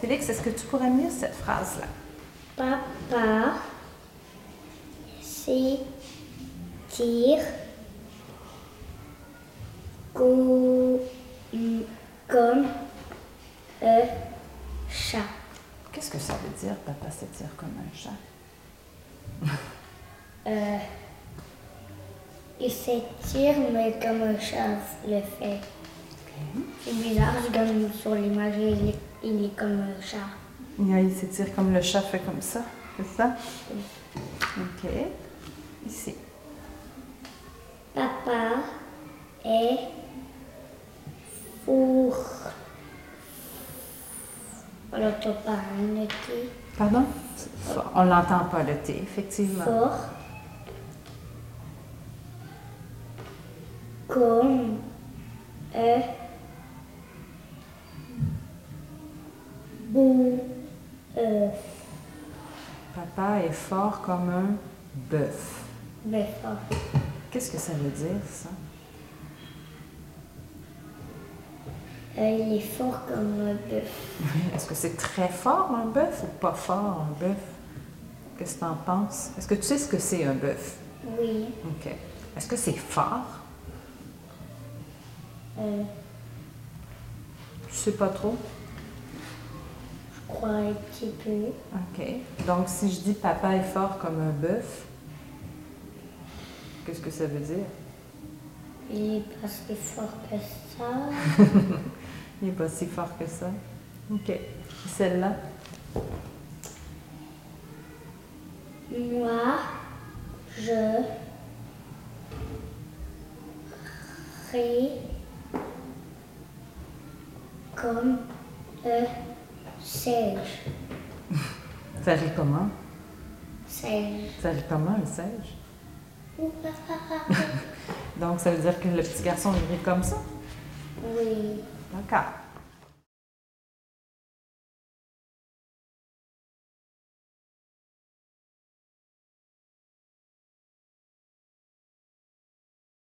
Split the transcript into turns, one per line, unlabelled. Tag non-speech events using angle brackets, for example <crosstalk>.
Félix, est-ce que tu pourrais me lire cette phrase-là?
Papa, c'est dire co- comme un euh, chat.
Qu'est-ce que ça veut dire, papa s'étire comme un chat?
Euh, il s'étire, mais comme un chat le fait. C'est bizarre, je gagne sur l'image, il est, il est comme un chat.
Ouais, Il s'étire comme le chat fait comme ça, c'est ça? OK. Ici.
Papa est four. Alors, t'as pas un été
Pardon? On l'entend pas, le thé, effectivement.
fort comme un bou euh,
Papa est fort comme un bœuf.
beffard.
Qu'est-ce que ça veut dire, ça?
Euh, il est fort comme un bœuf.
Est-ce que c'est très fort un bœuf ou pas fort un bœuf? Qu'est-ce que tu en penses? Est-ce que tu sais ce que c'est un bœuf?
Oui.
OK. Est-ce que c'est fort?
euh,
Tu sais pas trop?
je crois un petit peu.
OK. Donc, si je dis papa est fort comme un bœuf, qu'est-ce que ça veut dire?
Il est pas si fort que ça.
Il n'est pas si fort que ça. OK. Celle-là?
Moi, je ris comme un sage.
Ça rit comment?
Sage.
Ça rit comment, un sage? Donc, ça veut dire que le petit garçon il rit comme ça?
<laughs> Oui.
D'accord.